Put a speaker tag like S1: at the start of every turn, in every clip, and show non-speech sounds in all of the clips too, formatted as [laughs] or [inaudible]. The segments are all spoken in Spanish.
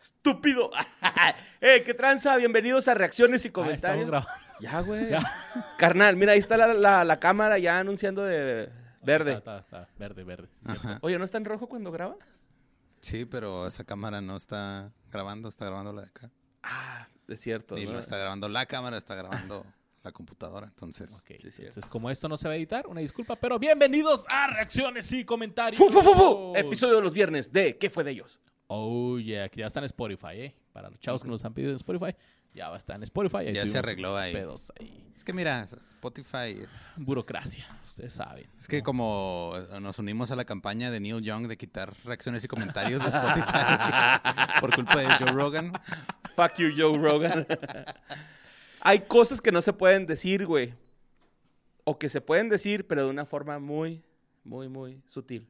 S1: estúpido. [laughs] eh, qué tranza, bienvenidos a reacciones y comentarios.
S2: estamos [laughs] grabando.
S1: ya, güey. Carnal, mira, ahí está la, la- la cámara ya anunciando de verde.
S2: Está, está, está. Verde, verde. sí, cierto.
S3: Ajá.
S1: Oye, ¿no está en rojo cuando graba?
S3: Sí, pero esa cámara no está grabando, está grabando la de acá.
S1: Ah, es cierto.
S3: Y no
S1: ¿no?
S3: está grabando la cámara, está grabando la computadora. Entonces,
S2: Ok,
S1: Sí, sí.
S2: entonces, como esto no se va a editar, una disculpa, pero bienvenidos a reacciones y comentarios.
S1: Fu, fu, fu,
S3: Oh.
S1: fu. Episodio de los viernes de ¿Qué fue de ellos?
S2: Oh, yeah, que ya está en Spotify, ¿eh? Para los chavos que nos han pedido en Spotify, ya va a estar en Spotify. Ahí
S3: Ya se
S2: tuvimos
S3: arregló
S2: unos
S3: ahí.
S2: pedos ahí.
S3: es que mira, Spotify es,
S2: Burocracia, ustedes saben.
S3: es que como eh, nos unimos a la campaña de Neil Young de quitar reacciones y comentarios de Spotify [laughs] por culpa de Joe Rogan.
S1: Fuck you, Joe Rogan. [laughs] Hay cosas que no se pueden decir, güey. O que se pueden decir, pero de una forma muy, muy, muy sutil.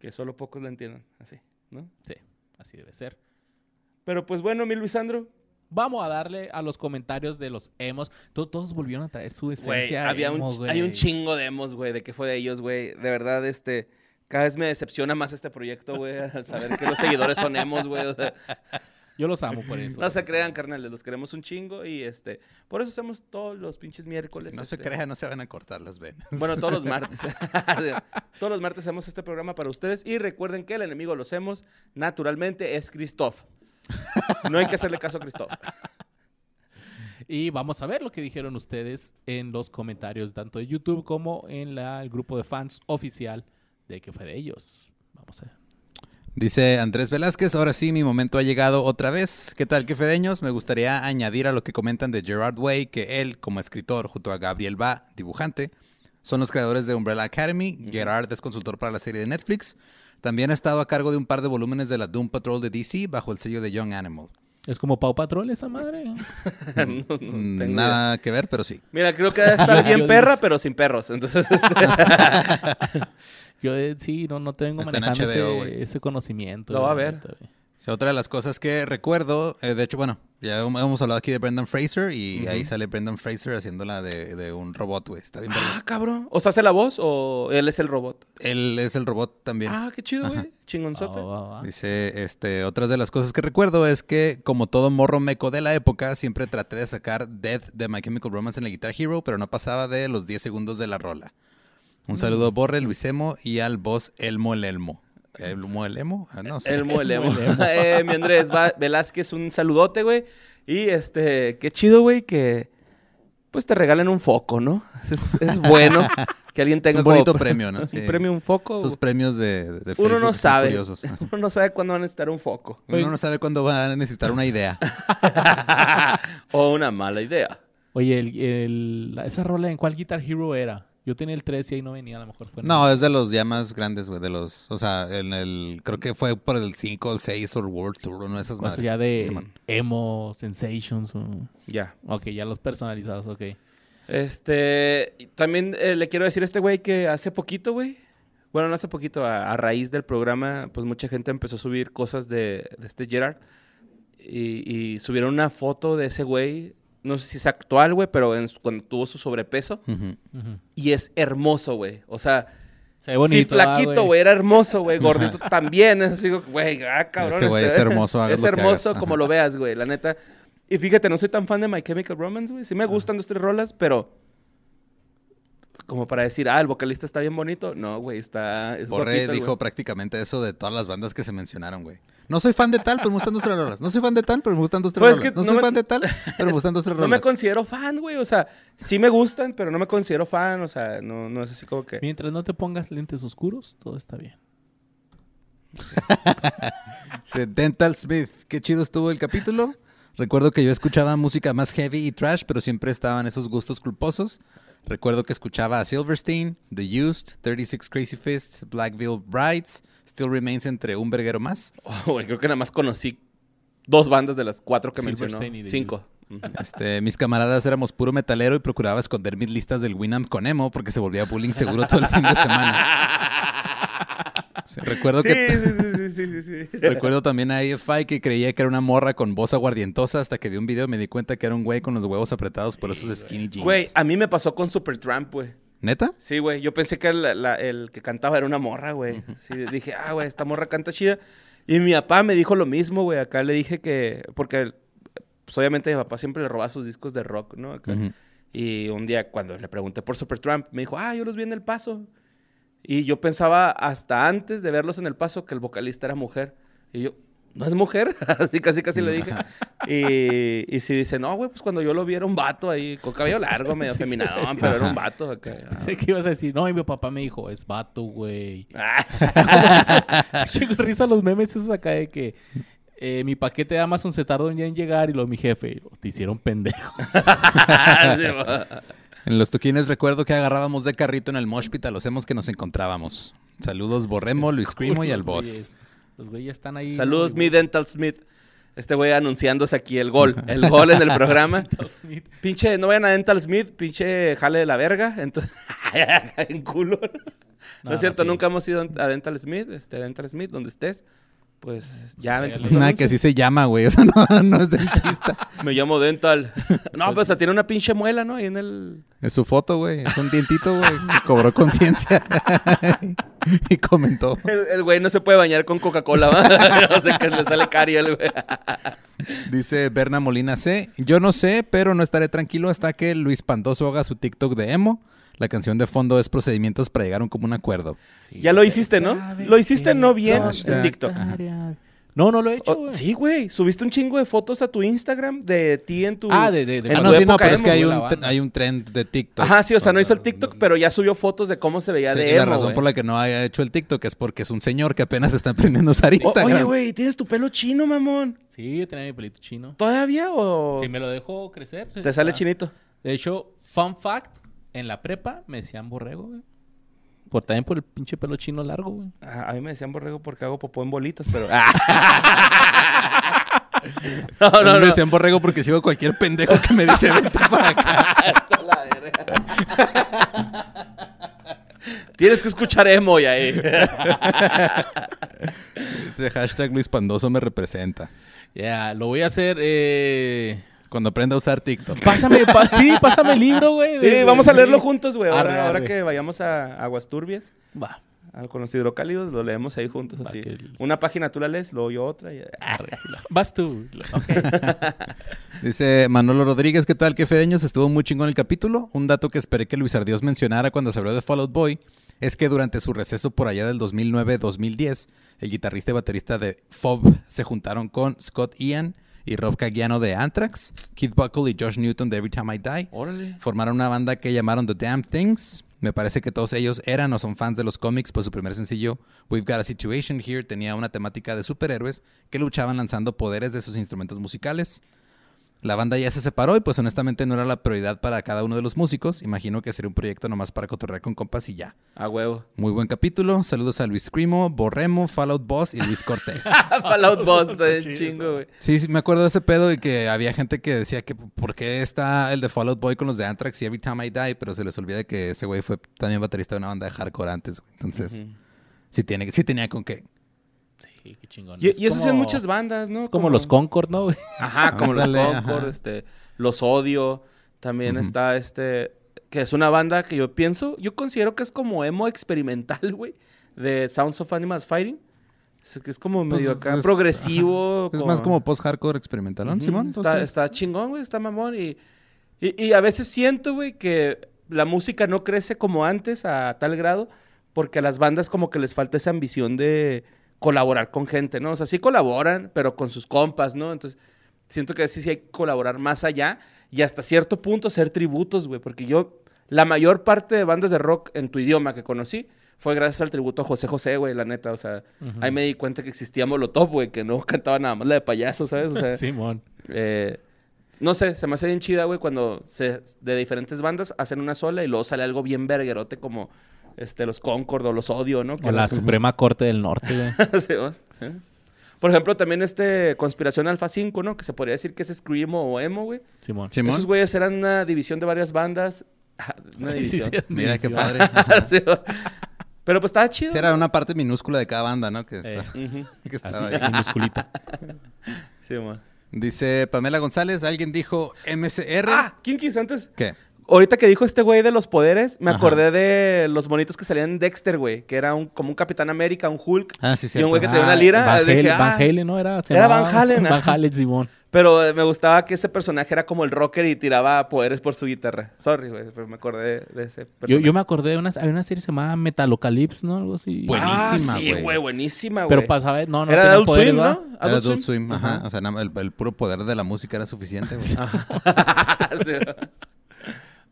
S1: Que solo pocos la entiendan, así, ¿no?
S2: Sí, así debe ser.
S1: Pero pues bueno, mi Luisandro,
S2: Vamos a darle a los comentarios de los emos. To- Todos volvieron a traer su
S1: güey,
S2: esencia.
S1: había un,
S2: emo,
S1: ch- hay un
S2: güey.
S1: chingo de emos, güey, de qué fue de ellos, güey. De verdad, este, cada vez me decepciona más este proyecto, güey, [laughs] al saber que los seguidores son emos, güey. o
S3: [laughs]
S1: sea,
S2: Yo los amo por eso.
S1: no se
S2: los
S1: crean,
S2: amo.
S1: carnales, los queremos un chingo y este, por eso hacemos todos los pinches miércoles.
S3: No se
S1: este,
S3: crea, no se van a cortar las venas.
S1: Bueno, todos
S3: [laughs]
S1: los martes. [laughs] todos los martes hacemos este programa para ustedes y recuerden que el enemigo lo hacemos naturalmente es Christoph. No hay que hacerle caso a Christoph. [laughs]
S2: Y vamos a ver lo que dijeron ustedes en los comentarios, tanto de YouTube como en la- el grupo de fans oficial de que fue de ellos. Vamos a ver.
S3: Dice Andrés Velázquez, ahora sí, mi momento ha llegado otra vez. ¿Qué tal, qué fedeños? Me gustaría añadir a lo que comentan de Gerard Way que él, como escritor, junto a Gabriel Ba, dibujante, son los creadores de Umbrella Academy. Gerard es consultor para la serie de Netflix. También ha estado a cargo de un par de volúmenes de la Doom Patrol de DC bajo el sello de Young Animal.
S2: Es como Pau Patrol esa madre.
S1: No,
S3: [laughs]
S1: no tengo
S3: Mm,
S1: idea.
S3: Nada que ver, pero sí.
S1: Mira, creo
S3: [laughs]
S1: que debe estar bien
S2: Yo
S1: perra,
S2: digo-
S1: pero sin perros. Entonces, este,
S2: Yo eh, sí, no, no tengo
S3: Está en
S2: manejando
S3: HBO,
S2: ese,
S3: güey.
S2: ese conocimiento.
S1: Lo va
S2: la
S1: a ver.
S2: neta, güey.
S3: Sí, otra de las cosas que recuerdo, eh, de hecho, bueno, ya hemos hemos hablado aquí de Brendan Fraser y ahí sale Brendan Fraser haciéndola de, de un robot, güey. Está bien. vergas.
S1: ah, cabrón. ¿O se hace la voz o él es el robot?
S3: Él es el robot también.
S1: Ah, qué chido, güey. Chingonzote.
S3: Ah,
S2: Va, Ah, va, va.
S3: Dice, este, otras de las cosas que recuerdo es que, como todo morro meco de la época, siempre traté de sacar Death de My Chemical Romance en la Guitar Hero, pero no pasaba de los 10 segundos de la rola.
S2: Mm.
S3: Un saludo a Borre, Luisemo y al boss Elmo el Elmo. ¿Elmo el Elmo? Ah, No sé. [laughs]
S1: El muelemo.
S2: El muelemo.
S1: [laughs] eh, mi Andrés Va- Velázquez, un saludote, güey. Y este, qué chido, güey, que pues te regalen un foco, ¿no? [laughs] Es, es bueno que alguien tenga
S3: un bonito
S1: como-
S3: premio, ¿no?
S1: [laughs] un
S3: Sí.
S1: premio, un foco.
S3: Esos
S1: güey.
S3: premios de, de Facebook
S1: Uno no
S3: que están
S1: sabe.
S3: curiosos.
S1: [laughs] Uno no sabe cuándo van a necesitar un foco.
S3: Uno no sabe cuándo va a necesitar
S2: [laughs]
S3: una idea.
S1: o una mala idea.
S2: Oye, el- el- la- esa rola en cuál Guitar Hero era? Yo tenía el 3 y ahí no venía, a lo mejor fue. en-
S3: No, es de los ya más grandes, güey, de los, o sea, en el, creo que fue por el 5, el 6 o el World Tour, uno de esas
S2: o sea,
S3: madres.
S2: ya de
S3: Simón.
S2: emo, sensations. o-
S1: Ya.
S2: Ok, ya los personalizados, ok.
S1: Este, y también eh, le quiero decir a este güey que hace poquito, güey. Bueno, no hace poquito, a, a raíz del programa, pues mucha gente empezó a subir cosas de, de este Gerard. Y, y subieron una foto de ese güey. No sé si es actual, güey, pero en su- cuando tuvo su sobrepeso.
S3: Ujú.
S2: Ujú.
S1: Y es hermoso, güey. O sea,
S2: Se ve bonito.
S1: sí,
S2: ah,
S1: flaquito, güey, era hermoso, güey. Gordito también. Es así, güey, ah, cabrón.
S3: Ese güey es hermoso, hagas
S1: Es
S3: lo que
S1: hermoso
S3: hagas,
S1: como
S3: ajá.
S1: lo veas, güey, la neta. Y fíjate, no soy tan fan de My Chemical Romance, güey. Sí me gustan dos, tres rolas, pero... Como para decir, ah, el vocalista está bien bonito. No, güey, está... Es
S3: Borre
S1: guapito el
S3: dijo prácticamente eso de todas las bandas que se mencionaron, güey. No soy fan de tal, pero me gustan dos tres rolas. No soy fan de tal, pero me gustan dos tres
S1: Pues es
S3: rolas.
S1: que
S3: no,
S1: no
S3: soy
S1: me-
S3: fan
S1: [laughs]
S3: de tal, pero me gustan dos tres
S1: güey. No me
S3: rolas.
S1: considero fan, güey. O sea, sí me gustan, pero no me considero fan. O sea, no, no es así como que...
S2: Mientras no te pongas lentes oscuros, todo está bien.
S3: Dice, Dental Smith, qué chido estuvo el capítulo. Recuerdo que yo escuchaba música más heavy y trash, pero siempre estaban esos gustos culposos. Recuerdo que escuchaba a Silverstein, The Used, 36 Crazy Fists, Blackville Brides, Still Remains entre un verguero más.
S1: Oh, güey, creo que nada más conocí dos bandas de las cuatro que mencionó.
S2: Silverstein y The
S1: Cinco. [laughs]
S3: Este, mis camaradas éramos puro metalero y procuraba esconder mis listas del Winamp con emo porque se volvía bullying seguro todo el fin de semana. Sí, recuerdo
S1: Sí,
S3: que
S1: sí, sí, sí, sí, sí.
S3: recuerdo también a AFI que creía que era una morra con voz aguardientosa hasta que vi un video y me di cuenta que era un güey con los huevos apretados por esos skinny jeans.
S1: Güey, ah a mí me pasó con Supertramp, güey.
S3: ¿Neta?
S1: Sí, güey. Yo pensé que la- la- el que cantaba era una morra, güey. Sí, dije, ah, güey, esta morra canta chida. Y mi papá me dijo lo mismo, güey. Acá le dije que. Porque, pues, obviamente, mi papá siempre le robaba sus discos de rock, ¿no? Acá.
S3: Ujú.
S1: Y un día, cuando le pregunté por Supertramp, me dijo, ah, yo los vi en El Paso. Y yo pensaba, hasta antes de verlos en El Paso, que el vocalista era mujer. Y yo, ¿no es mujer? [laughs] Así casi, casi le
S2: [laughs]
S1: dije. Y, y si dice, no, güey, pues cuando yo lo vi era un vato ahí, con cabello largo, medio
S2: [laughs] Sí,
S1: feminado,
S2: sí, sí.
S1: pero era
S3: Ajá.
S1: un vato. acá.
S2: [laughs] Sé que ibas a decir, no, y mi papá me dijo, es vato, güey. [laughs]
S1: Ah.
S2: Chico, risa los memes esos acá de que eh, mi paquete de Amazon se tardó ya en llegar y lo mi jefe, te hicieron pendejo.
S1: [laughs] Sí, va.
S3: En los toquines recuerdo que agarrábamos de carrito en el mosh pit a los hemos que nos encontrábamos. Saludos Borremo, Luis Crimo y al
S2: Los
S3: boss.
S2: güeyes- Los güeyes están ahí.
S1: Saludos,
S2: ¿no?
S1: mi Dental Smith. Este güey anunciándose aquí el gol, el gol en el
S2: [laughs]
S1: programa.
S2: Dental Smith.
S1: Pinche, no vayan a Dental Smith, pinche jale de la verga. Entonces, [laughs] en culo. No,
S2: No,
S1: es cierto,
S2: sí.
S1: nunca hemos ido a Dental Smith, este, Dental Smith, donde estés. Pues ya,
S2: pégale.
S1: mientras
S3: Nada que así se llama, güey. [laughs] O sea, no, no es dentista.
S1: me llamo Dental. [laughs] No, pero
S2: Pues
S1: hasta tiene una pinche muela, ¿no? Ahí en el.
S3: Es su foto, güey. Es un dientito, güey. Cobró conciencia. [laughs] y comentó.
S1: El el güey no se puede bañar con Coca-Cola, ¿va? No sé qué le sale caria al güey.
S3: Dice Berna Molina C. Yo no sé, pero no estaré tranquilo hasta que Luis Pantoso haga su TikTok de emo. La canción de fondo es procedimientos para llegar a un común acuerdo.
S2: Sí,
S1: [laughs] Ya lo
S2: güey.
S1: hiciste, ¿no?
S2: Sabes
S1: Lo hiciste
S2: que
S1: no bien
S2: no
S3: en
S2: sé
S1: TikTok.
S2: estar ahí. No, no lo he hecho,
S1: Oh,
S2: güey.
S1: sí, güey. Subiste un chingo de fotos a tu Instagram de ti en tu.
S2: Ah, de, de, de
S1: En
S3: Eh,
S1: tu
S3: no, sí, no,
S1: época
S3: pero es
S1: emo,
S3: que hay
S2: güey, la
S3: un,
S2: banda.
S3: hay un trend de TikTok. Ah,
S1: Ajá, sí, o sea, no hizo el TikTok,
S3: No,
S1: pero ya subió fotos de cómo se veía
S3: Sí,
S1: de
S3: y
S1: emo,
S3: la razón
S1: güey.
S3: por la que no haya hecho el TikTok es porque es un señor que apenas está aprendiendo a usar
S1: O-
S3: Instagram.
S1: oye,
S3: [laughs]
S1: güey, tienes tu pelo chino, mamón.
S2: Sí, yo tenía mi pelito chino.
S1: ¿Todavía o
S2: Si me lo dejo crecer.
S1: te sale
S2: ah.
S1: chinito?
S2: De hecho, fun fact, en la prepa me decían borrego, güey. Por, también por el pinche pelo chino largo, güey.
S1: Ah, A, a mí me decían borrego porque hago popó en bolitas,
S3: [laughs]
S1: pero. Ah. no,
S3: A mí
S1: no,
S3: me
S1: no.
S3: decían borrego porque sigo a cualquier pendejo que me dice vente
S1: [laughs]
S3: para acá.
S1: Tienes que escuchar emo eh. y ahí.
S3: Ese hashtag Luis Pandoso me representa.
S2: Ya, lo voy a hacer. Eh...
S3: Cuando aprenda a usar TikTok.
S2: Pásame, pa- [laughs] sí, pásame el libro, güey. de-
S1: Sí, vamos a
S2: sí.
S1: leerlo juntos, güey.
S2: Arre,
S1: Ahora, ahora
S2: arre.
S1: que vayamos a Aguasturbias,
S2: Va.
S1: a- con los hidrocálidos, lo leemos ahí juntos
S2: Va,
S1: así.
S2: que-
S1: Una página tú la lees, luego yo otra. y-
S2: Vas tú.
S3: Dice Manolo Rodríguez, ¿qué tal, que fedeños? Estuvo muy chingón el capítulo. Un dato que esperé que Luis Ardíos mencionara cuando se habló de Fallout Boy es que durante su receso por allá del 2009-2010, el guitarrista y baterista de FOB se juntaron con Scott Ian y Rob Caggiano de Anthrax, Keith Buckle y Josh Newton de Every Time I Die.
S2: Órale.
S3: Formaron una banda que llamaron The Damn Things. Me parece que todos ellos eran o son fans de los cómics, pues su primer sencillo, We've Got a Situation Here, tenía una temática de superhéroes que luchaban lanzando poderes de sus instrumentos musicales. La banda ya se separó y pues honestamente no era la prioridad para cada uno de los músicos. Imagino que sería un proyecto nomás para cotorrear con compas y ya.
S1: A huevo. [laughs]
S3: Muy buen capítulo. Saludos a Luis Crimo, Borremo, Fallout Boss y Luis Cortés.
S2: [laughs]
S1: Fallout Boss, está bien
S2: Está chido
S1: chingo, güey.
S3: Sí, sí, me acuerdo de ese pedo y que había gente que decía que por qué está el de Fallout Boy con los de Anthrax y Every Time I Die, pero se les olvida que ese güey fue también baterista de una banda de hardcore antes. güey. Entonces,
S1: Ujú.
S3: sí, tiene, sí tenía con qué.
S2: Sí, qué chingón.
S1: Y,
S2: Es
S1: y eso sí en
S2: como-
S1: muchas bandas, ¿no?
S2: Es como los Concord, ¿no, güey?
S1: Ajá, como los
S3: Ándale,
S1: Concord,
S3: ajá.
S1: este, los Odio. También
S3: Ujú.
S1: está este, que es una banda que yo pienso, yo considero que es como emo experimental, güey, de Sounds of Animals Fighting. Es, que es como
S3: Pues,
S1: medio acá
S3: es-
S1: progresivo.
S3: Es
S1: con-
S3: más como post-hardcore experimental, ¿no,
S1: Ujú,
S3: Simón?
S1: Está, está chingón, güey, está mamón. Y, y, y a veces siento, güey, que la música no crece como antes a tal grado porque a las bandas como que les falta esa ambición de colaborar con gente, ¿no? O sea, sí colaboran, pero con sus compas, ¿no? Entonces, siento que sí, sí hay que colaborar más allá y hasta cierto punto ser tributos, güey, porque yo, la mayor parte de bandas de rock en tu idioma que conocí fue gracias al tributo a José José, güey, la neta, o sea,
S2: Ujú.
S1: ahí me di cuenta que existía Molotov, güey, que no cantaba nada más la de payaso, ¿sabes? O sea,
S2: [laughs] Simón.
S1: eh, no sé, se me hace bien chida, güey, cuando se, de diferentes bandas hacen una sola y luego sale algo bien verguerote como este, los Concord o los Odio, ¿no? Que
S2: O
S1: [laughs]
S2: la
S1: Sí,
S2: Suprema Corte del Norte,
S1: [laughs]
S2: güey.
S1: ¿no? ¿Eh? Por ejemplo, también este Conspiración Alfa 5, ¿no? Que se podría decir que es Scream o Emo, güey.
S2: Simón.
S3: Simón,
S1: Esos güeyes eran una división de varias bandas. [laughs] Ah, Una
S2: Sí,
S1: división.
S2: sí,
S3: mira qué
S2: división.
S3: padre.
S1: [laughs] Sí, ¿no? Pero pues estaba chido.
S3: Sí, era una parte minúscula de cada banda, ¿no? Que,
S2: Eh,
S3: está-
S1: Ujú,
S3: que estaba
S2: así,
S1: [laughs]
S3: ahí.
S2: minusculita.
S1: sí, man.
S3: Dice Pamela González, alguien dijo MCR.
S1: Ah, Kinkis, antes
S3: ¿Qué?
S1: Ahorita que dijo este güey de los poderes, me
S3: Ajá.
S1: acordé de los monitos que salían en Dexter, güey. Que era un, como un Capitán América, un Hulk.
S3: Ah,
S1: Y
S3: sí,
S1: un
S3: cierto.
S1: güey que tenía una
S2: Ah,
S1: lira,
S2: Van,
S1: dije,
S2: Halen-
S1: ah.
S2: Van Halen, ¿no? Era, se
S1: Era
S2: llamaba-
S1: Van Halen,
S2: Van
S1: ajá.
S2: Halen, Simón.
S1: Pero eh, me gustaba que ese personaje era como el rocker y tiraba poderes por su guitarra. Sorry, güey, pero me acordé de, de ese
S2: Yo,
S1: personaje.
S2: yo me acordé de una, había una serie llamada Metalocalypse, ¿no? Algo así.
S3: Bueno, buenísima,
S1: ah, sí,
S3: güey.
S1: güey, buenísima, güey.
S2: pero pasaba, no, no
S1: Era
S2: tenía
S1: Adult
S2: poderes,
S1: Swim,
S2: ¿verdad?
S1: ¿no?
S3: Era Adult Swim, ajá. O sea, nada más el, el puro poder de la música era suficiente, güey.
S1: Ah, Sí.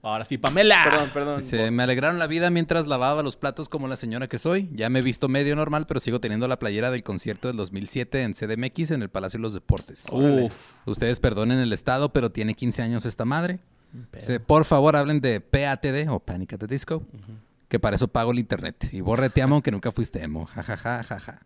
S2: Ahora sí, Pamela.
S1: Perdón, perdón.
S3: Dice,
S1: vos.
S3: me alegraron la vida mientras lavaba los platos como la señora que soy. Ya me he visto medio normal, pero sigo teniendo la playera del concierto del 2007 en CDMX en el Palacio de los Deportes.
S2: Uf.
S3: Ustedes perdonen el estado, pero tiene 15 años esta madre.
S2: Pero-
S3: Dice, por favor, hablen de PATD o Panic at the Disco, que para eso pago el internet. Y borre, te amo, que nunca fuiste emo. Ja, ja, ja, ja, ja.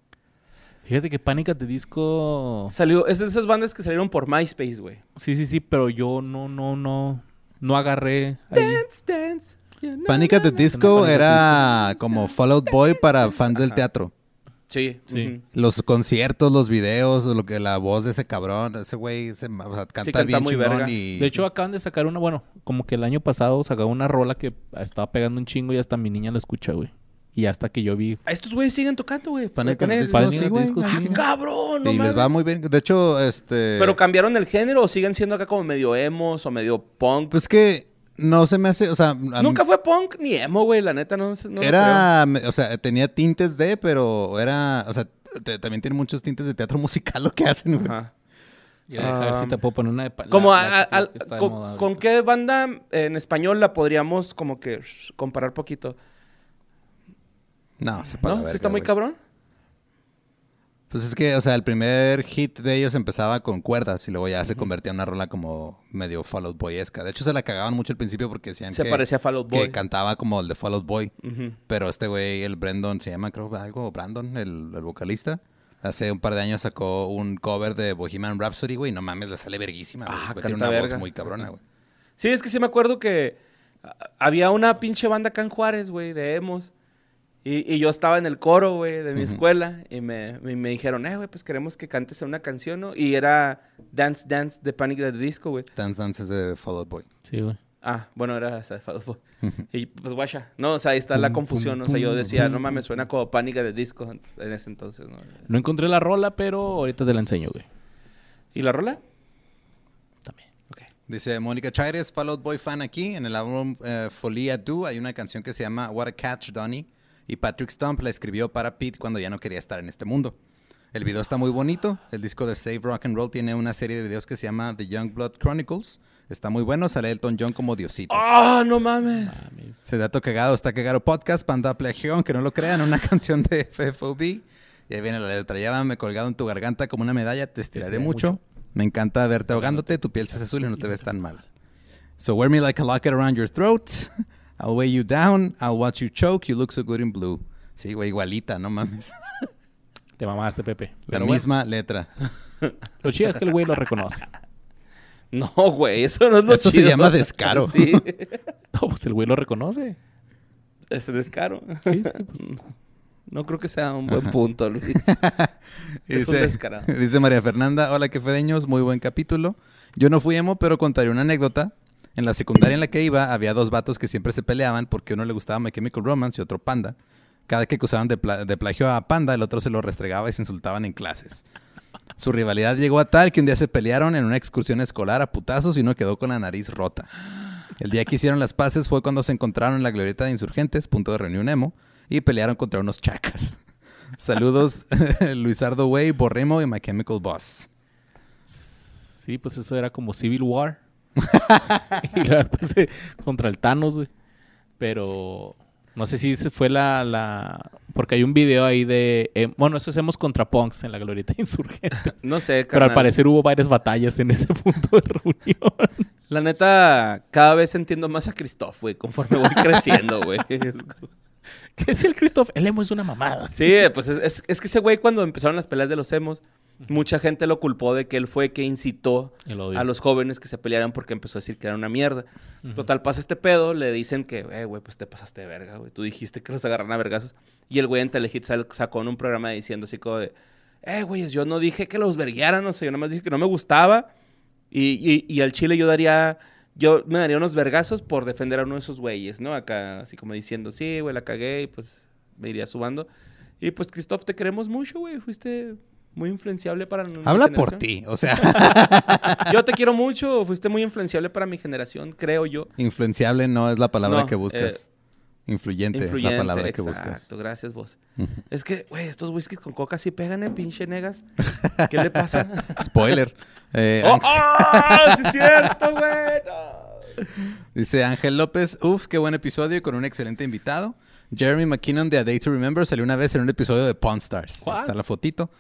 S2: Fíjate que Pánica de Disco.
S1: Salió, es de esas bandas que salieron por MySpace, güey.
S2: Sí, sí, sí, pero yo no, no, no. No agarré. ahí.
S1: Dance, dance. you know,
S3: Panic at the
S1: na, na.
S3: Disco
S2: Panic at the
S3: era como Fallout Boy para fans del teatro.
S1: Sí,
S2: Sí.
S1: ujú.
S3: Los conciertos, los videos, lo que la voz de ese cabrón, ese güey se, ma- o sea, canta,
S1: canta
S3: bien
S1: muy
S3: chingón
S1: verga.
S3: y
S2: De hecho, acaban de sacar una, bueno, como que el año pasado sacaron una rola que estaba pegando un chingo y hasta mi niña la escucha, güey. Y hasta que yo vi.
S1: A estos güeyes siguen tocando, güey.
S3: Panic at the
S1: Tienes-
S3: Disco,
S2: Panic
S3: sí,
S2: at the
S3: güey.
S2: Disco,
S3: Ah,
S2: sí.
S3: sí.
S1: Cabrón, no
S3: y les
S1: mames.
S3: va muy bien. De hecho, este
S1: Pero cambiaron el género o siguen siendo acá como medio emos o medio punk.
S3: pues que no se me hace, o sea, a mí-
S1: Nunca fue punk ni emo, güey, la neta, no, sé- no lo
S3: era, me- o sea, tenía tintes de, pero era, o sea, te- también tiene muchos tintes de teatro [laughs] musical lo que hacen, güey.
S1: creo. Ajá.
S2: Yo deja a ver si
S1: Um,
S2: te puedo poner una de. pa- la-
S1: Como
S2: la
S1: a-
S2: que-
S1: a-
S2: que está de
S1: con,
S2: moda
S1: ¿con
S2: ahorita.
S1: qué banda en español la podríamos como que sh, comparar poquito?
S3: No, se para
S1: ¿No?
S3: la
S1: ¿Sí
S3: verga,
S1: está muy
S3: güey.
S1: cabrón?
S3: Pues es que, o sea, el primer hit de ellos empezaba con cuerdas y luego ya se convertía en una rola como medio Fallout Boyesca. De hecho, se la cagaban mucho al principio porque decían
S1: Se
S3: que,
S1: parecía a Fall Out
S3: que
S1: Boy.
S3: cantaba como el de Fallout Boy.
S1: Ujú.
S3: Pero este güey, el Brandon, se llama creo algo, Brandon, el, el vocalista. Hace un par de años sacó un cover de Bohemian Rhapsody, güey. No mames, le sale verguísima, güey.
S1: Ah,
S3: Güey, Tiene
S1: canta
S3: una voz
S1: verga.
S3: muy cabrona, güey.
S1: Sí, es que sí me acuerdo que a- había una pinche banda acá en Juárez, güey, de emos. Y, y yo estaba en el coro, güey, de mi
S3: Ujú.
S1: escuela. Y me, me- me dijeron, eh, güey, pues queremos que cantes una canción, ¿no? Y era Dance Dance de Panic! at the Disco, güey.
S3: Dance Dance es de Fallout Boy.
S2: Sí, güey.
S1: Ah, bueno, era esa de Fall Out Boy. Y pues guacha, no, o sea, ahí está la
S2: Pum, pum,
S1: confusión. O sea, yo
S2: pum,
S1: decía,
S2: pum,
S1: no
S2: pum,
S1: mames, suena como Panic! at the Disco en ese entonces, ¿no?
S2: No encontré la rola, pero ahorita te la enseño, güey.
S1: ¿Y la rola?
S2: También.
S3: Dice Mónica Chaires, Fallout Boy fan aquí. En el álbum eh, Folia Do hay una canción que se llama What a Catch, Donny. Y Patrick Stump la escribió para Pete cuando ya no quería estar en este mundo. El video está muy bonito. El disco de Save Rock and Roll tiene una serie de videos que se llama The Young Blood Chronicles. Está muy bueno. Sale Elton John como Diosito.
S1: ¡Ah, no mames!
S2: Mames.
S3: Se dato cagado, está cagado podcast, Panda Plegión, que no lo crean, una [laughs] canción de FFOB. Y ahí viene la letra, ya me he colgado en tu garganta como una medalla, te estiraré
S2: estiraré
S3: mucho. Me encanta verte ahogándote, tu piel se hace azul y no te ves tan mal. So wear me like a locket around your throat, [laughs] I'll weigh you down, I'll watch you choke, you look so good in blue. Sí, güey, igualita, no mames.
S2: Te mamaste, Pepe.
S3: La
S2: Pero bueno,
S3: misma letra.
S2: lo chido es que el güey
S1: [laughs]
S2: lo reconoce.
S1: No, güey, eso no es lo
S3: Eso se
S1: chido. [laughs]
S3: llama [laughs] descaro.
S1: Sí,
S2: No, pues el güey lo reconoce.
S1: es descaro.
S2: Sí, sí, pues,
S1: Mm. No creo que sea un buen punto, Luis.
S3: [laughs]
S1: Es un descarado.
S3: dice María Fernanda, hola que fedeños, muy buen capítulo. Yo no fui emo, pero contaré una anécdota. En la secundaria en la que iba había dos vatos que siempre se peleaban porque uno le gustaba My Chemical Romance y otro Panda. Cada que acusaban de, pla- de plagio a Panda, el otro se lo restregaba y se insultaban en clases. Su rivalidad llegó a tal que un día se pelearon en una excursión escolar a putazos y uno quedó con la nariz rota. El día que hicieron las paces fue cuando se encontraron en la glorieta de insurgentes, punto de reunión emo, y pelearon contra unos chacas. Saludos, [laughs] Luisardo Way, Borremo y My Chemical Boss.
S2: sí, pues eso era como Civil War. [laughs] y luego después, eh, contra el Thanos, güey. Pero no sé si se fue la, la... Porque hay un video ahí de... eh, bueno, eso hacemos contra Punks en la Glorieta [laughs] Insurgente.
S1: No sé,
S2: [laughs] Pero al
S1: carnal.
S2: parecer hubo varias batallas en ese [laughs] punto de reunión. [laughs]
S1: La neta, cada vez entiendo más a Christoph, güey, conforme voy creciendo, güey. Es como-
S2: ¿Qué decía el Christoph? El emo es una mamada.
S1: Sí, pues es, es- es que ese güey cuando empezaron las peleas de los emos, mucha gente lo culpó de que él fue que incitó
S2: El odio.
S1: a los jóvenes que se pelearan porque empezó a decir que era una mierda.
S2: Ujú.
S1: Total, pasa este pedo, le dicen que, eh, güey, pues te pasaste de verga, güey. Tú dijiste que los agarran a vergazos. Y el güey en Telehit sal- sacó en un programa diciendo así como de, eh, güeyes, yo no dije que los verguearan, o sea, yo nada más dije que no me gustaba. Y, y, y al chile yo daría, yo me daría unos vergazos por defender a uno de esos güeyes, ¿no? Acá, así como diciendo, sí, güey, la cagué y pues me iría subando. Y pues, Christoph, te queremos mucho, güey. Fuiste muy influenciable para nuestra
S3: Habla por
S1: generación.
S3: ti, o sea, [laughs]
S1: Yo te quiero mucho. Fuiste muy influenciable para mi generación, creo yo.
S3: influenciable no es la palabra
S1: No, eh,
S3: que buscas. influyente, es la palabra que buscas.
S1: Exacto, gracias vos. es que, güey, estos whiskies con coca sí pegan, eh, pinche negas. ¿Qué le
S3: [laughs]
S1: pasa? [laughs]
S3: Spoiler. Eh,
S1: ¡Oh,
S3: Ángel-
S1: oh! sí es cierto, güey! no.
S3: Dice Ángel López, uff, qué buen episodio y con un excelente invitado. Jeremy McKinnon de A Day to Remember salió una vez en un episodio de Pawn Stars. Ahí
S2: ¿Cuál?
S3: Está la fotito.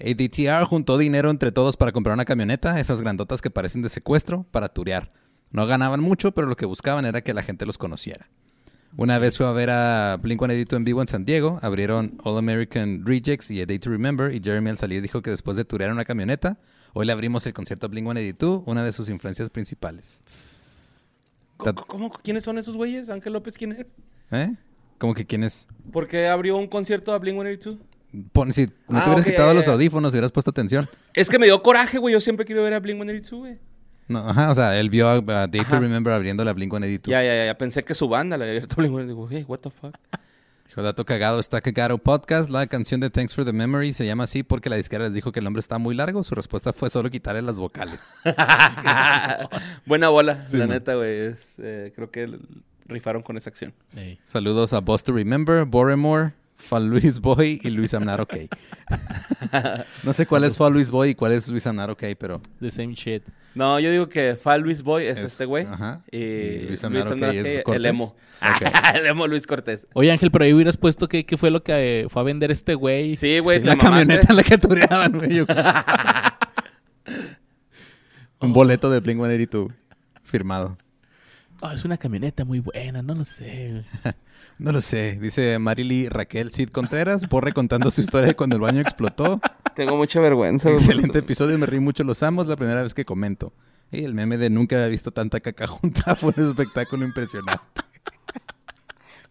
S3: ADTR juntó dinero entre todos para comprar una camioneta, esas grandotas que parecen de secuestro, para turear. No ganaban mucho, pero lo que buscaban era que la gente los conociera. Una vez fue a ver a Blink-182 en vivo en San Diego, abrieron All American Rejects y A Day to Remember, y Jeremy al salir dijo que después de turear una camioneta, hoy le abrimos el concierto a Blink-182, una de sus influencias principales.
S1: ¿Cómo, cómo- ¿Quiénes son esos güeyes? ¿Ángel López quién es?
S3: ¿Eh? ¿Cómo que quién es?
S1: ¿Por qué abrió un concierto a Blink-182?
S3: Pon- si no
S1: Ah,
S3: te hubieras
S1: ok,
S3: quitado
S1: ya, ya,
S3: los
S1: ya.
S3: audífonos, hubieras puesto atención.
S1: Es que me dio coraje, güey. Yo siempre quiero ver a Blink-182, güey.
S3: No, ajá, o sea, él vio a, a Day to
S1: Ajá.
S3: Remember abriendo la Blink-182.
S1: Ya, ya, ya. Pensé que su banda la había abierto Blink-182. Digo, hey, what the fuck?
S3: Dijo, dato cagado, está cagado podcast. La canción de Thanks for the Memory se llama así porque la disquera les dijo que el nombre está muy largo. Su respuesta fue solo quitarle las vocales.
S1: [laughs] Buena bola, la
S3: man.
S1: neta, güey. Es, eh, creo que l- rifaron con esa acción.
S2: Ey.
S3: Saludos a Boss to Remember, Boremore, Fall Luis Boy y Luis Amnar OK.
S1: [laughs]
S3: no sé cuál es Fall Luis Boy y cuál es Luis Amnar OK, pero...
S2: The same shit.
S1: No, yo digo que Fall Luis Boy es,
S3: Es-
S1: este güey.
S3: ajá.
S1: Y,
S3: Y Luis
S1: Luis
S3: Amaro,
S1: Amaro,
S3: que es
S1: que-
S3: Cortés.
S1: el emo.
S3: Ok.
S1: [laughs] el emo Luis Cortés.
S2: Oye, Ángel, pero ahí hubieras puesto que, que fue lo que eh, fue a vender este güey.
S3: [laughs]
S1: Sí, güey, te
S3: Pues, la
S1: mamaste.
S3: camioneta en la que tureaban, güey. yo- [laughs] Un boleto de Blink-182 firmado.
S2: Ah, es una camioneta muy buena, no lo sé. güey.
S3: No lo sé, dice Marily Raquel Cid Contreras, Borre contando su historia de cuando el baño [laughs] explotó.
S1: Tengo mucha vergüenza, güey.
S3: Excelente episodio, me reí mucho, los amos, la primera vez que comento. Y el meme de nunca había visto tanta caca [laughs] junta fue un espectáculo impresionante.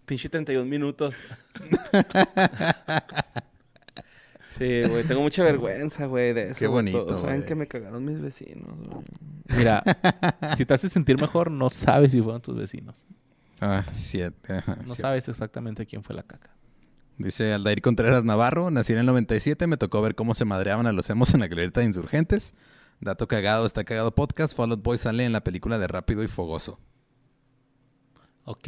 S1: Pinche 31
S3: [laughs]
S1: minutos. sí, güey, tengo mucha vergüenza, güey, de eso.
S3: Qué
S1: güey.
S3: bonito,
S1: Todos Saben
S3: güey.
S1: que me cagaron mis vecinos, güey.
S2: Mira, [laughs] si te hace sentir mejor, no sabes si fueron tus vecinos.
S3: Ah, siete. ajá,
S2: No
S3: siete.
S2: sabes exactamente quién fue la caca.
S3: Dice Aldair Contreras Navarro, nací en el 97, me tocó ver cómo se madreaban a los hemos en la glorieta de Insurgentes. Dato cagado, está cagado podcast, Fall Out Boy sale en la película de Rápido y Fogoso.
S2: Ok.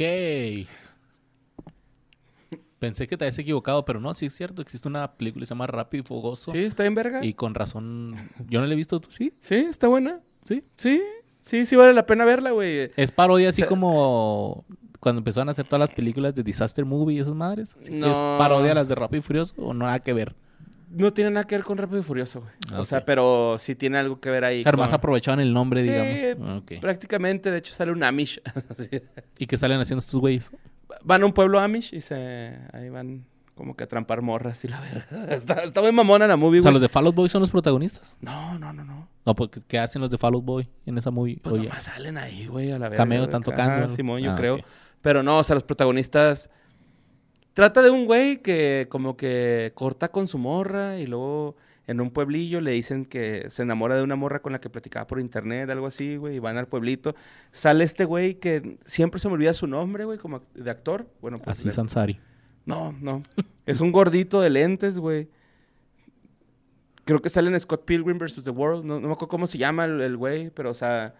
S2: Pensé que te habías equivocado, pero no, sí es cierto. Existe una película que se llama Rápido y Fogoso.
S1: Sí, está bien verga.
S2: Y con razón, yo no la he visto. ¿Tú sí?
S1: Sí, está buena.
S2: ¿Sí?
S1: Sí, sí, sí vale la pena verla, güey.
S2: Es parodia así
S1: Se-
S2: como cuando empezaron a hacer todas las películas de Disaster Movie y esas madres. Así que es
S1: No.
S2: parodia a las de Rápido y Furioso o no nada que ver.
S1: No tiene nada que ver con Rápido y Furioso, güey.
S2: Ah,
S1: O sea,
S2: ok.
S1: pero sí tiene algo que ver ahí.
S2: O sea, más
S1: con-
S2: aprovechaban el nombre,
S1: Sí,
S2: digamos. Ah, Ok.
S1: Prácticamente, de hecho, sale un Amish. [laughs] Sí.
S2: ¿Y qué salen haciendo estos güeyes?
S1: Van a un pueblo Amish y se... Ahí van como que a trampar morras y la verga. [laughs] Está, está muy mamona la movie,
S2: O sea,
S1: güey.
S2: ¿los de Fall Out Boy son los protagonistas?
S1: No, no, no, no.
S2: No, porque ¿qué hacen los de Fall Out Boy en esa movie?
S1: Pues
S2: Oye,
S1: nomás salen ahí, güey, a la verga.
S2: Cameo,
S1: güey,
S2: tanto
S1: acá.
S2: cambio,
S1: Ajá,
S2: ¿no?
S1: Simón, yo
S2: Ah,
S1: creo.
S2: ok.
S1: Pero no, o sea, los protagonistas... Trata de un güey que como que corta con su morra y luego en un pueblillo le dicen que se enamora de una morra con la que platicaba por internet, algo así, güey, y van al pueblito. Sale este güey que siempre se me olvida su nombre, güey, como act- de actor. Bueno, pues,
S2: así
S1: de-
S2: Sansari.
S1: No, no. Es un gordito de lentes, güey. Creo que sale en Scott Pilgrim vs. The World. No, no me acuerdo cómo se llama el el güey, pero o sea...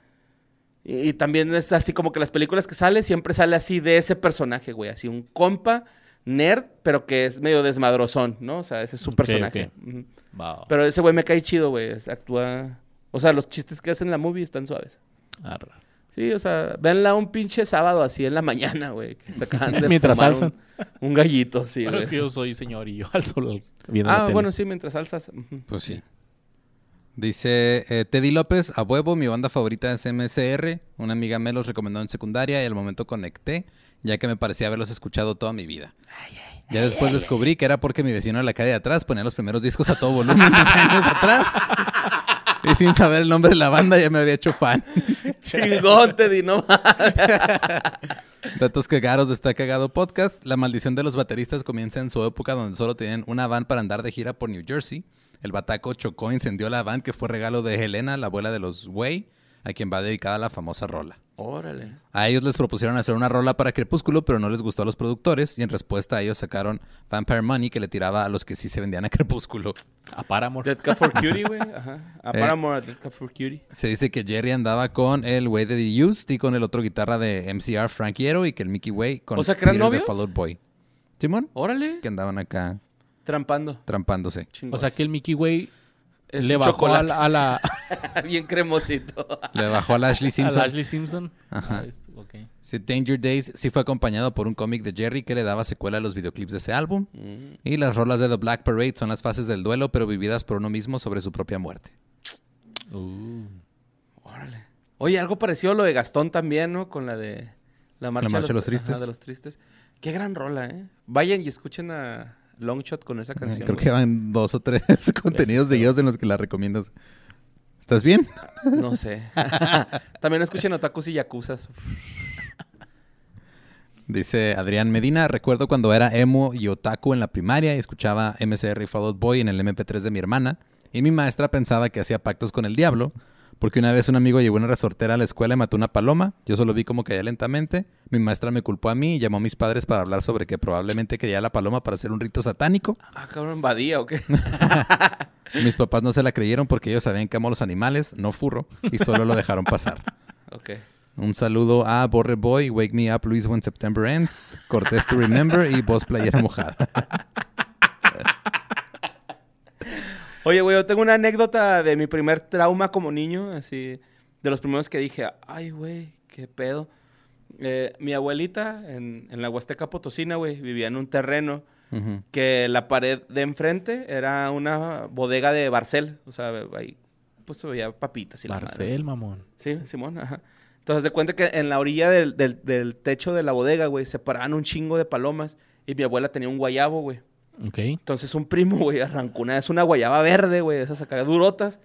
S1: Y, y también es así como que las películas que sale siempre sale así de ese personaje, güey. Así un compa nerd, pero que es medio desmadrozón, ¿no? O sea, ese es su
S2: Ok,
S1: personaje. Ujú.
S2: Va.
S1: Pero ese güey me cae chido, güey. es- Actúa... O sea, los chistes que hace en la movie están suaves.
S2: Arra.
S1: Sí, o sea, véanla un pinche sábado así en la mañana, güey. que se acaban de
S2: [laughs] Mientras
S1: fumar
S2: alzan.
S1: Un, un gallito, sí,
S2: Pero
S1: güey.
S2: es que yo soy señor y yo [laughs] al solo viendo la
S1: Ah,
S2: tele.
S1: bueno, sí, mientras alzas. ujú.
S3: Pues sí. Dice eh, Teddy López, a huevo, mi banda favorita es MSR. Una amiga me los recomendó en secundaria y al momento conecté, ya que me parecía haberlos escuchado toda mi vida. Ya después descubrí que era porque mi vecino de la calle de atrás ponía los primeros discos a todo volumen [laughs] desde años atrás. Y sin saber el nombre de la banda ya me había hecho fan.
S1: Chingón, te di, no mames.
S3: Datos cagados de Está Cagado Podcast. La maldición de los bateristas comienza en su época donde solo tenían una van para andar de gira por New Jersey. El bataco chocó e incendió la van que fue regalo de Helena, la abuela de los Way, a quien va dedicada la famosa rola.
S1: Órale.
S3: A ellos les propusieron hacer una rola para Crepúsculo, pero no les gustó a los productores y en respuesta a ellos sacaron Vampire Money que le tiraba a los que sí se vendían a Crepúsculo.
S2: A Paramore.
S1: Dead Cup for Cutie, güey. Ajá. A
S3: Eh.
S1: Paramore, a Dead Cup for Cutie.
S3: Se dice que Jerry andaba con el güey de The Used y con el otro guitarra de MCR Frank Iero y que el Mickey Way con
S1: O sea, que eran
S3: Peter de
S1: novios?
S3: Fall Out Boy. Simón,
S1: Órale.
S3: que andaban acá
S1: Trampando.
S3: trampándose.
S2: O sea que el Mickey Way
S1: Es
S2: le
S1: un
S2: bajó a
S1: chocolate.
S2: la,
S1: [laughs]
S2: a la-
S1: Bien cremosito.
S3: Le bajó a Ashley
S2: a la
S3: Simpson.
S2: Ashley Simpson.
S3: Ajá.
S2: Ah, esto- ok.
S3: Sí, Danger Days sí fue acompañado por un cómic de Jerry que le daba secuela a los videoclips de ese álbum. Y las rolas de The Black Parade son las fases del duelo, pero vividas por uno mismo sobre su propia muerte.
S2: Uh.
S1: Órale. Oye, algo parecido a lo de Gastón también, ¿no? Con la de la marcha,
S3: Marcha de los Tristes.
S1: ajá, de los tristes. Qué gran rola, ¿eh? Vayan y escuchen a Longshot con
S2: Eh,
S1: esa canción.
S3: Creo
S1: güey.
S3: que van dos o tres [laughs] contenidos seguidos en los que la recomiendas. ¿Estás bien?
S1: No sé. [laughs] también escuchen Otakus y Yakuzas.
S3: Dice Adrián Medina, recuerdo cuando era emo y otaku en la primaria y escuchaba MCR y Fall Out Boy en el MP3 de mi hermana y mi maestra pensaba que hacía pactos con el diablo porque una vez un amigo llevó una resortera a la escuela y mató una paloma, yo solo vi como caía lentamente, mi maestra me culpó a mí y llamó a mis padres para hablar sobre que probablemente quería la paloma para hacer un rito satánico.
S1: Ah, cabrón, Badía
S2: [laughs]
S1: o qué.
S3: Mis papás no se la creyeron porque ellos sabían que amo a los animales, no furro, y solo lo dejaron pasar.
S1: ok.
S3: Un saludo a Borre Boy, Wake Me Up, Luis When September Ends, Cortés to Remember y Voz Playera Mojada.
S1: Oye, güey, yo tengo una anécdota de mi primer trauma como niño, así, de los primeros que dije, ay, güey, qué pedo. Eh, mi abuelita en, en la Huasteca Potosina, güey, vivía en un terreno
S3: Ujú.
S1: que la pared de enfrente era una bodega de Barcel. O sea, ahí pues se veía papitas y la madre.
S2: Marcel, mamón.
S1: Sí, Simón, ajá. Entonces, de cuenta que en la orilla del, del- del techo de la bodega, güey, se paraban un chingo de palomas y mi abuela tenía un guayabo, güey.
S2: Ok.
S1: Entonces, un primo, [laughs] güey, arrancó una vez una guayaba verde, güey, de esas acá durotas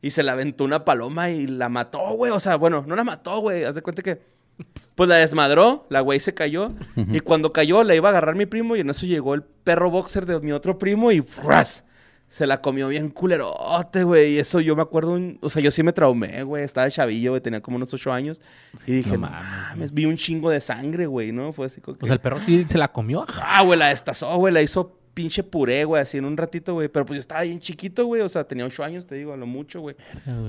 S1: y se la aventó una paloma y la mató, güey. O sea, bueno, no la mató, güey. Haz de cuenta que, pues la desmadró, la güey se cayó. Y cuando cayó, la iba a agarrar mi primo y en eso llegó el perro boxer de mi otro primo y ¡fras! Se la comió bien culerote, güey. Y eso yo me acuerdo, un- o sea, yo sí me traumé, güey. Estaba chavillo, güey, tenía como unos ocho años. Y dije,
S2: No mames,
S1: mames, vi un chingo de sangre, güey, ¿no? Fue así como que...
S2: O sea, el perro sí se la comió. [laughs]
S1: Ah, güey, la destazó, güey, la hizo pinche puré, güey, así en un ratito, güey. Pero pues yo estaba bien chiquito, güey, o sea, tenía ocho años, te digo, a lo mucho, güey.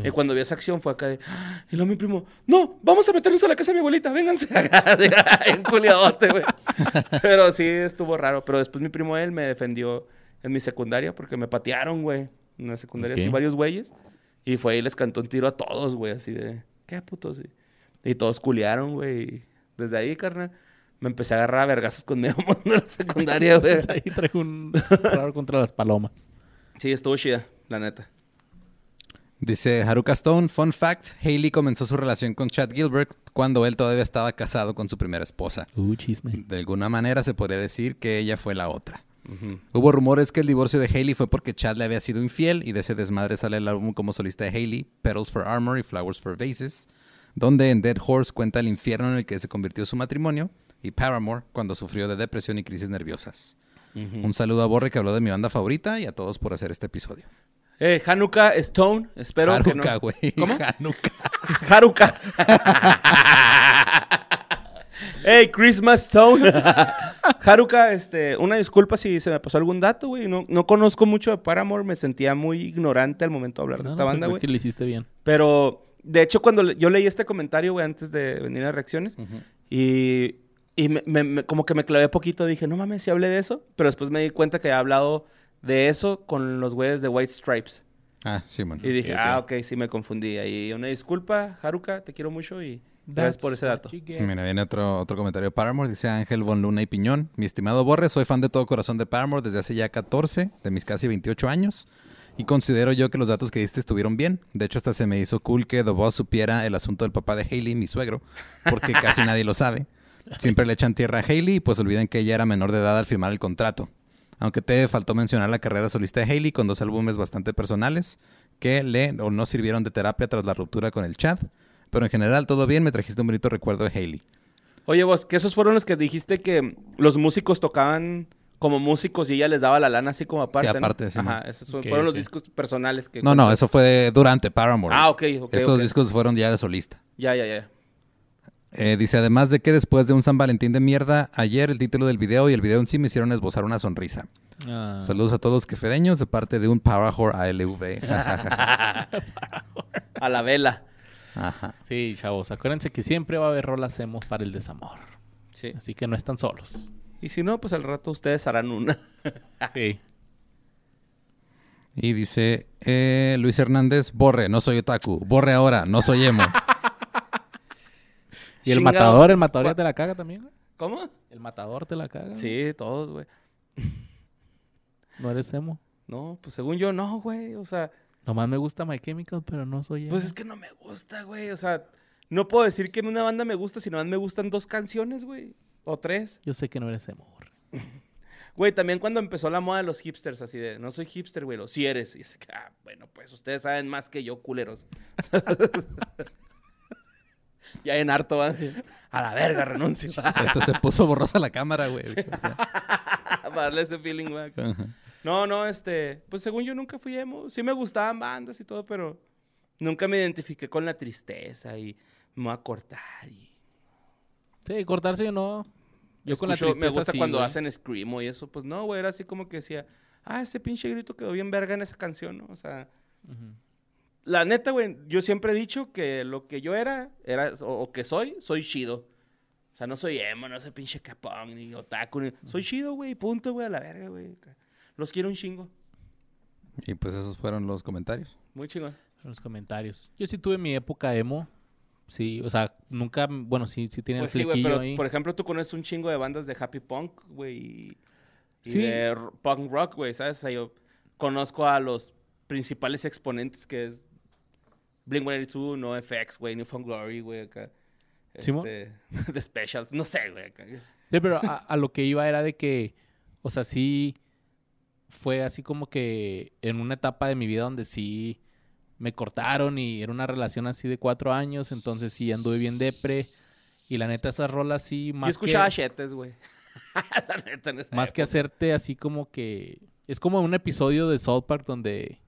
S1: Y cuando vi esa acción fue acá de... "Ah", Y luego mi primo, no, vamos a meternos a la casa de mi abuelita, vénganse. [laughs] Un culiadote, güey. Pero sí, estuvo raro. Pero después mi primo, él, me defendió en mi secundaria porque me patearon, güey. En la secundaria,
S2: Ok.
S1: así, varios güeyes. Y fue ahí y les cantó un tiro a todos, güey, así de... ¿Qué putos? Y, y todos culiaron, güey. y Desde ahí, carnal, me empecé a agarrar a vergazos con [laughs] mi amor en la secundaria, güey.
S2: [laughs] Entonces, ahí trajo un raro contra las palomas.
S1: Sí, estuvo chida, la neta.
S3: Dice Haruka Stone, fun fact, Haley comenzó su relación con Chad Gilbert cuando él todavía estaba casado con su primera esposa.
S2: Uh, chisme.
S3: De alguna manera se podría decir que ella fue la otra. Hubo rumores que el divorcio de Haley fue porque Chad le había sido infiel y de ese desmadre sale el álbum como solista de Haley, Petals for Armor y Flowers for Vases, donde en Dead Horse cuenta el infierno en el que se convirtió su matrimonio y Paramore cuando sufrió de depresión y crisis nerviosas. Un saludo a Borre que habló de mi banda favorita y a todos por hacer este episodio.
S1: Eh, Hanukkah Stone, espero que no...
S3: Haruka, güey.
S1: ¿Cómo?
S3: [laughs] Haruka.
S1: Haruka. hey, Christmas Stone. Haruka, este, una disculpa si se me pasó algún dato, güey. No, no conozco mucho de Paramore, me sentía muy ignorante al momento de hablar de
S2: No,
S1: esta
S2: no,
S1: banda,
S2: creo
S1: güey.
S2: que le hiciste bien.
S1: Pero, de hecho, cuando le- yo leí este comentario, güey, antes de venir a reacciones, y, y me- me- me- como que me clavé poquito, dije, no mames, si hablé de eso. Pero después me di cuenta que he hablado de eso con los güeyes de White Stripes.
S3: Ah, sí, man.
S1: Y dije,
S3: Ok, ok.
S1: ah, ok, sí me confundí. Ahí una disculpa, Haruka, te quiero mucho y gracias por ese dato.
S3: Mira, viene otro, otro comentario. Paramore dice Ángel Von Luna y Piñón. Mi estimado Borre, soy fan de todo corazón de Paramore desde hace ya 14, de mis casi 28 años. Y considero yo que los datos que diste estuvieron bien. De hecho, hasta se me hizo cool que The Boss supiera el asunto del papá de Haley, mi suegro, porque casi nadie lo sabe. Siempre le echan tierra a Haley y pues olvidan que ella era menor de edad al firmar el contrato. Aunque te faltó mencionar la carrera solista de Haley con dos álbumes bastante personales que le o no sirvieron de terapia tras la ruptura con el chat. Pero en general todo bien, me trajiste un bonito recuerdo de Haley.
S1: Oye, vos, que esos fueron los que dijiste que los músicos tocaban como músicos y ella les daba la lana así como aparte. ¿no?
S3: aparte, sí,
S1: Ajá,
S3: man.
S1: esos son-
S2: Ok,
S1: fueron los
S2: ok.
S1: discos personales que.
S3: No, no, eso fue durante Paramore.
S1: Ah, ok, ok.
S3: Estos
S1: ok.
S3: discos fueron ya de solista.
S1: Ya, ya, ya.
S3: Eh, dice, además de que después de un San Valentín de mierda, ayer el título del video y el video en sí me hicieron esbozar una sonrisa.
S2: Ah,
S3: Saludos a todos los quefedeños de parte de un
S1: [laughs]
S3: Parahor ALV. Ja, ja, ja, ja.
S1: A la vela.
S3: Ajá.
S2: Sí, chavos, acuérdense que siempre va a haber rolas emo para el desamor.
S1: Sí.
S2: Así que no están solos.
S1: Y si no, pues al rato ustedes harán una. Ah,
S2: Sí.
S3: Y dice eh, Luis Hernández, borre, no soy otaku. Borre ahora, no soy
S1: [laughs]
S3: emo.
S2: Y el
S1: Chingado.
S2: matador, el matador ya
S1: Cu-
S2: te la caga también, güey.
S1: ¿Cómo?
S2: El matador te la caga.
S1: Sí, todos, güey.
S2: No eres emo.
S1: No, pues según yo, no, güey. O sea,
S2: Nomás me gusta My Chemical, pero no soy emo.
S1: pues es que no me gusta, güey. O sea, no puedo decir que una banda me gusta si nomás me gustan dos canciones, güey. O tres.
S2: Yo sé que no eres emo, borre.
S1: Güey, también cuando empezó la moda de los hipsters, así de, no soy hipster, güey, lo si eres. Y es que, ah, bueno, pues ustedes saben más que yo, culeros. [laughs] ya en harto, ¿va? a la verga, renuncio. [laughs] Ah,
S3: Hasta se puso borrosa la cámara, güey.
S1: Para darle ese feeling, güey.
S3: Ajá.
S1: No, no, este, pues según yo nunca fui emo. Sí me gustaban bandas y todo, pero nunca me identifiqué con la tristeza y me voy a cortar. Y...
S2: Sí, cortarse yo no. Yo con la
S1: Escucho-
S2: tristeza
S1: Me gusta
S2: sí,
S1: cuando
S2: güey.
S1: hacen screamo y eso, pues no, güey, era así como que decía, ah, ese pinche grito quedó bien verga en esa canción, ¿no? O sea,
S2: Ujú.
S1: la neta, güey, yo siempre he dicho que lo que yo era, era o, o que soy, soy chido. O sea, no soy emo, no soy pinche capón, ni otaku, ni... soy chido, güey, punto, güey, a la verga, güey. Los quiero un chingo,
S3: Y pues esos fueron los comentarios.
S1: muy chingón.
S2: En los comentarios. Yo sí tuve mi época emo. Sí, o sea, nunca, bueno, sí, sí tiene
S1: Pues
S2: el
S1: sí, güey,
S2: flequillo
S1: pero
S2: ahí.
S1: por ejemplo, tú conoces un chingo de bandas de happy punk, güey, y, y
S2: Sí.
S1: de r- punk rock, güey, ¿sabes? O sea, yo conozco a los principales exponentes que es Blink-182, NoFX, güey, Newfound Glory, güey, acá.
S2: Simón.
S1: Este, [laughs] The Specials, no sé, güey, acá.
S2: Sí, pero a, a lo que iba era de que, o sea, sí fue así como que en una etapa de mi vida donde sí me cortaron y era una relación así de cuatro años, entonces sí anduve bien depre. Y la neta, esas rolas sí,
S1: Yo
S2: más
S1: escuchaba
S2: que,
S1: chetes, güey. [laughs] La neta, en esa
S2: más que
S1: época.
S2: hacerte así como que... Es como un episodio de South Park donde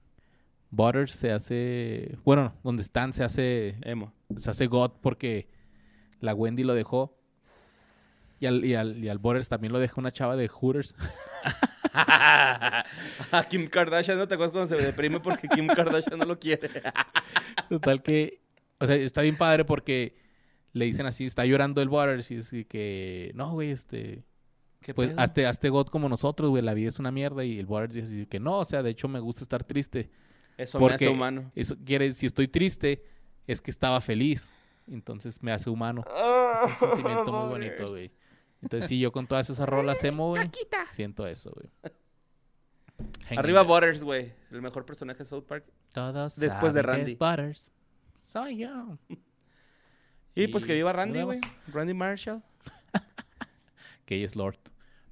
S2: Butters se hace... Bueno, donde Stan se hace
S1: Emo. [laughs]
S2: se hace God porque la Wendy lo dejó. Y al, y al, y al Butters también lo dejó una chava de Hooters. [laughs]
S1: a Kim Kardashian, ¿no te acuerdas cuando se deprime porque Kim Kardashian no lo
S2: Pues,
S1: quiere?
S2: Total que. O sea, está bien padre porque le dicen así, está llorando el Butters y es que. No, güey, este.
S1: ¿Qué
S2: Pues
S1: pedo?
S2: hazte, hazte God como nosotros, güey. La vida es una mierda. Y el Butters dice así que no, o sea, de hecho me gusta estar triste.
S1: Eso me
S2: porque
S1: hace humano.
S2: Eso quiere, si estoy triste, es que estaba feliz. Entonces me hace humano. Es un sentimiento muy bonito, güey. Entonces, sí, yo con todas esas rolas emo, güey, siento eso, güey. Hanging
S1: Arriba
S2: out.
S1: Butters, güey. El mejor personaje de South Park.
S2: Todos
S1: después de
S2: saben que
S1: Randy.
S2: es Butters. Soy yo.
S1: Y pues que
S2: Y
S1: viva
S2: pues,
S1: Randy,
S2: nos
S1: güey.
S2: vemos.
S1: Randy Marshall.
S2: Que ella es Lord.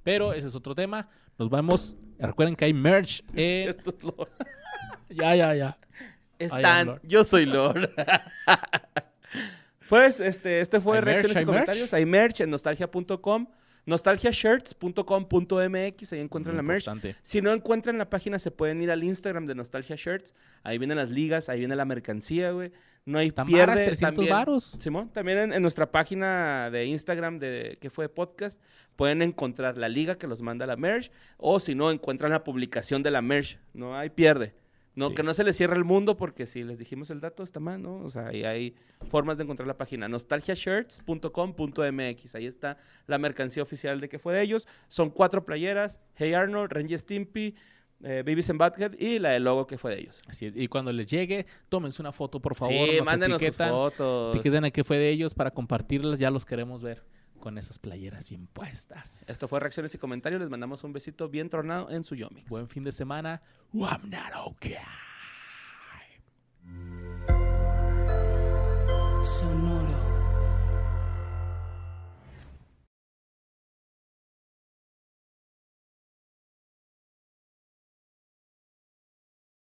S2: Pero ese es otro tema. Nos vamos. Recuerden que hay merch
S1: [laughs]
S2: en...
S1: Cierto, es Lord.
S2: Ya, ya, ya.
S1: Stan,
S2: Lord.
S1: yo soy Lord. [laughs] pues este, este fue
S2: ¿Hay merch?
S1: reacciones y
S2: ¿Hay merch?
S1: comentarios. Hay merch en nostalgia.com, nostalgiashirts.com.mx. Ahí encuentran
S2: Muy
S1: la merch.
S2: importante.
S1: Si no encuentran la página, se pueden ir al Instagram de Nostalgia Shirts. Ahí vienen las ligas, ahí viene la mercancía, güey. No hay
S2: Están
S1: pierde.
S2: varas, 300
S1: también-
S2: varos.
S1: Simón, también en, en nuestra página de Instagram de que fue podcast, pueden encontrar la liga que los manda la merch. O si no, encuentran la publicación de la merch. No hay pierde. No,
S2: Sí.
S1: que no se les cierre el mundo porque si les dijimos el dato está mal, ¿no? O sea, ahí hay formas de encontrar la página. Nostalgiashirts.com.mx. Ahí está la mercancía oficial de que fue de ellos. Son cuatro playeras. Hey Arnold, Renji Stimpy, eh, Babies and Butthead y la del logo que fue de ellos.
S2: Así es. Y cuando les llegue, tómense una foto, por favor.
S1: sí,
S2: nos
S1: mándenos sus
S2: etiquetan.
S1: fotos.
S2: Etiqueten a qué fue de ellos para compartirlas. Ya los queremos ver con esas playeras bien puestas.
S1: Esto fue Reacciones y Comentarios. Les mandamos un besito bien tronado en su Yomix.
S2: Buen fin de semana. I'm not okay.
S4: Sonora.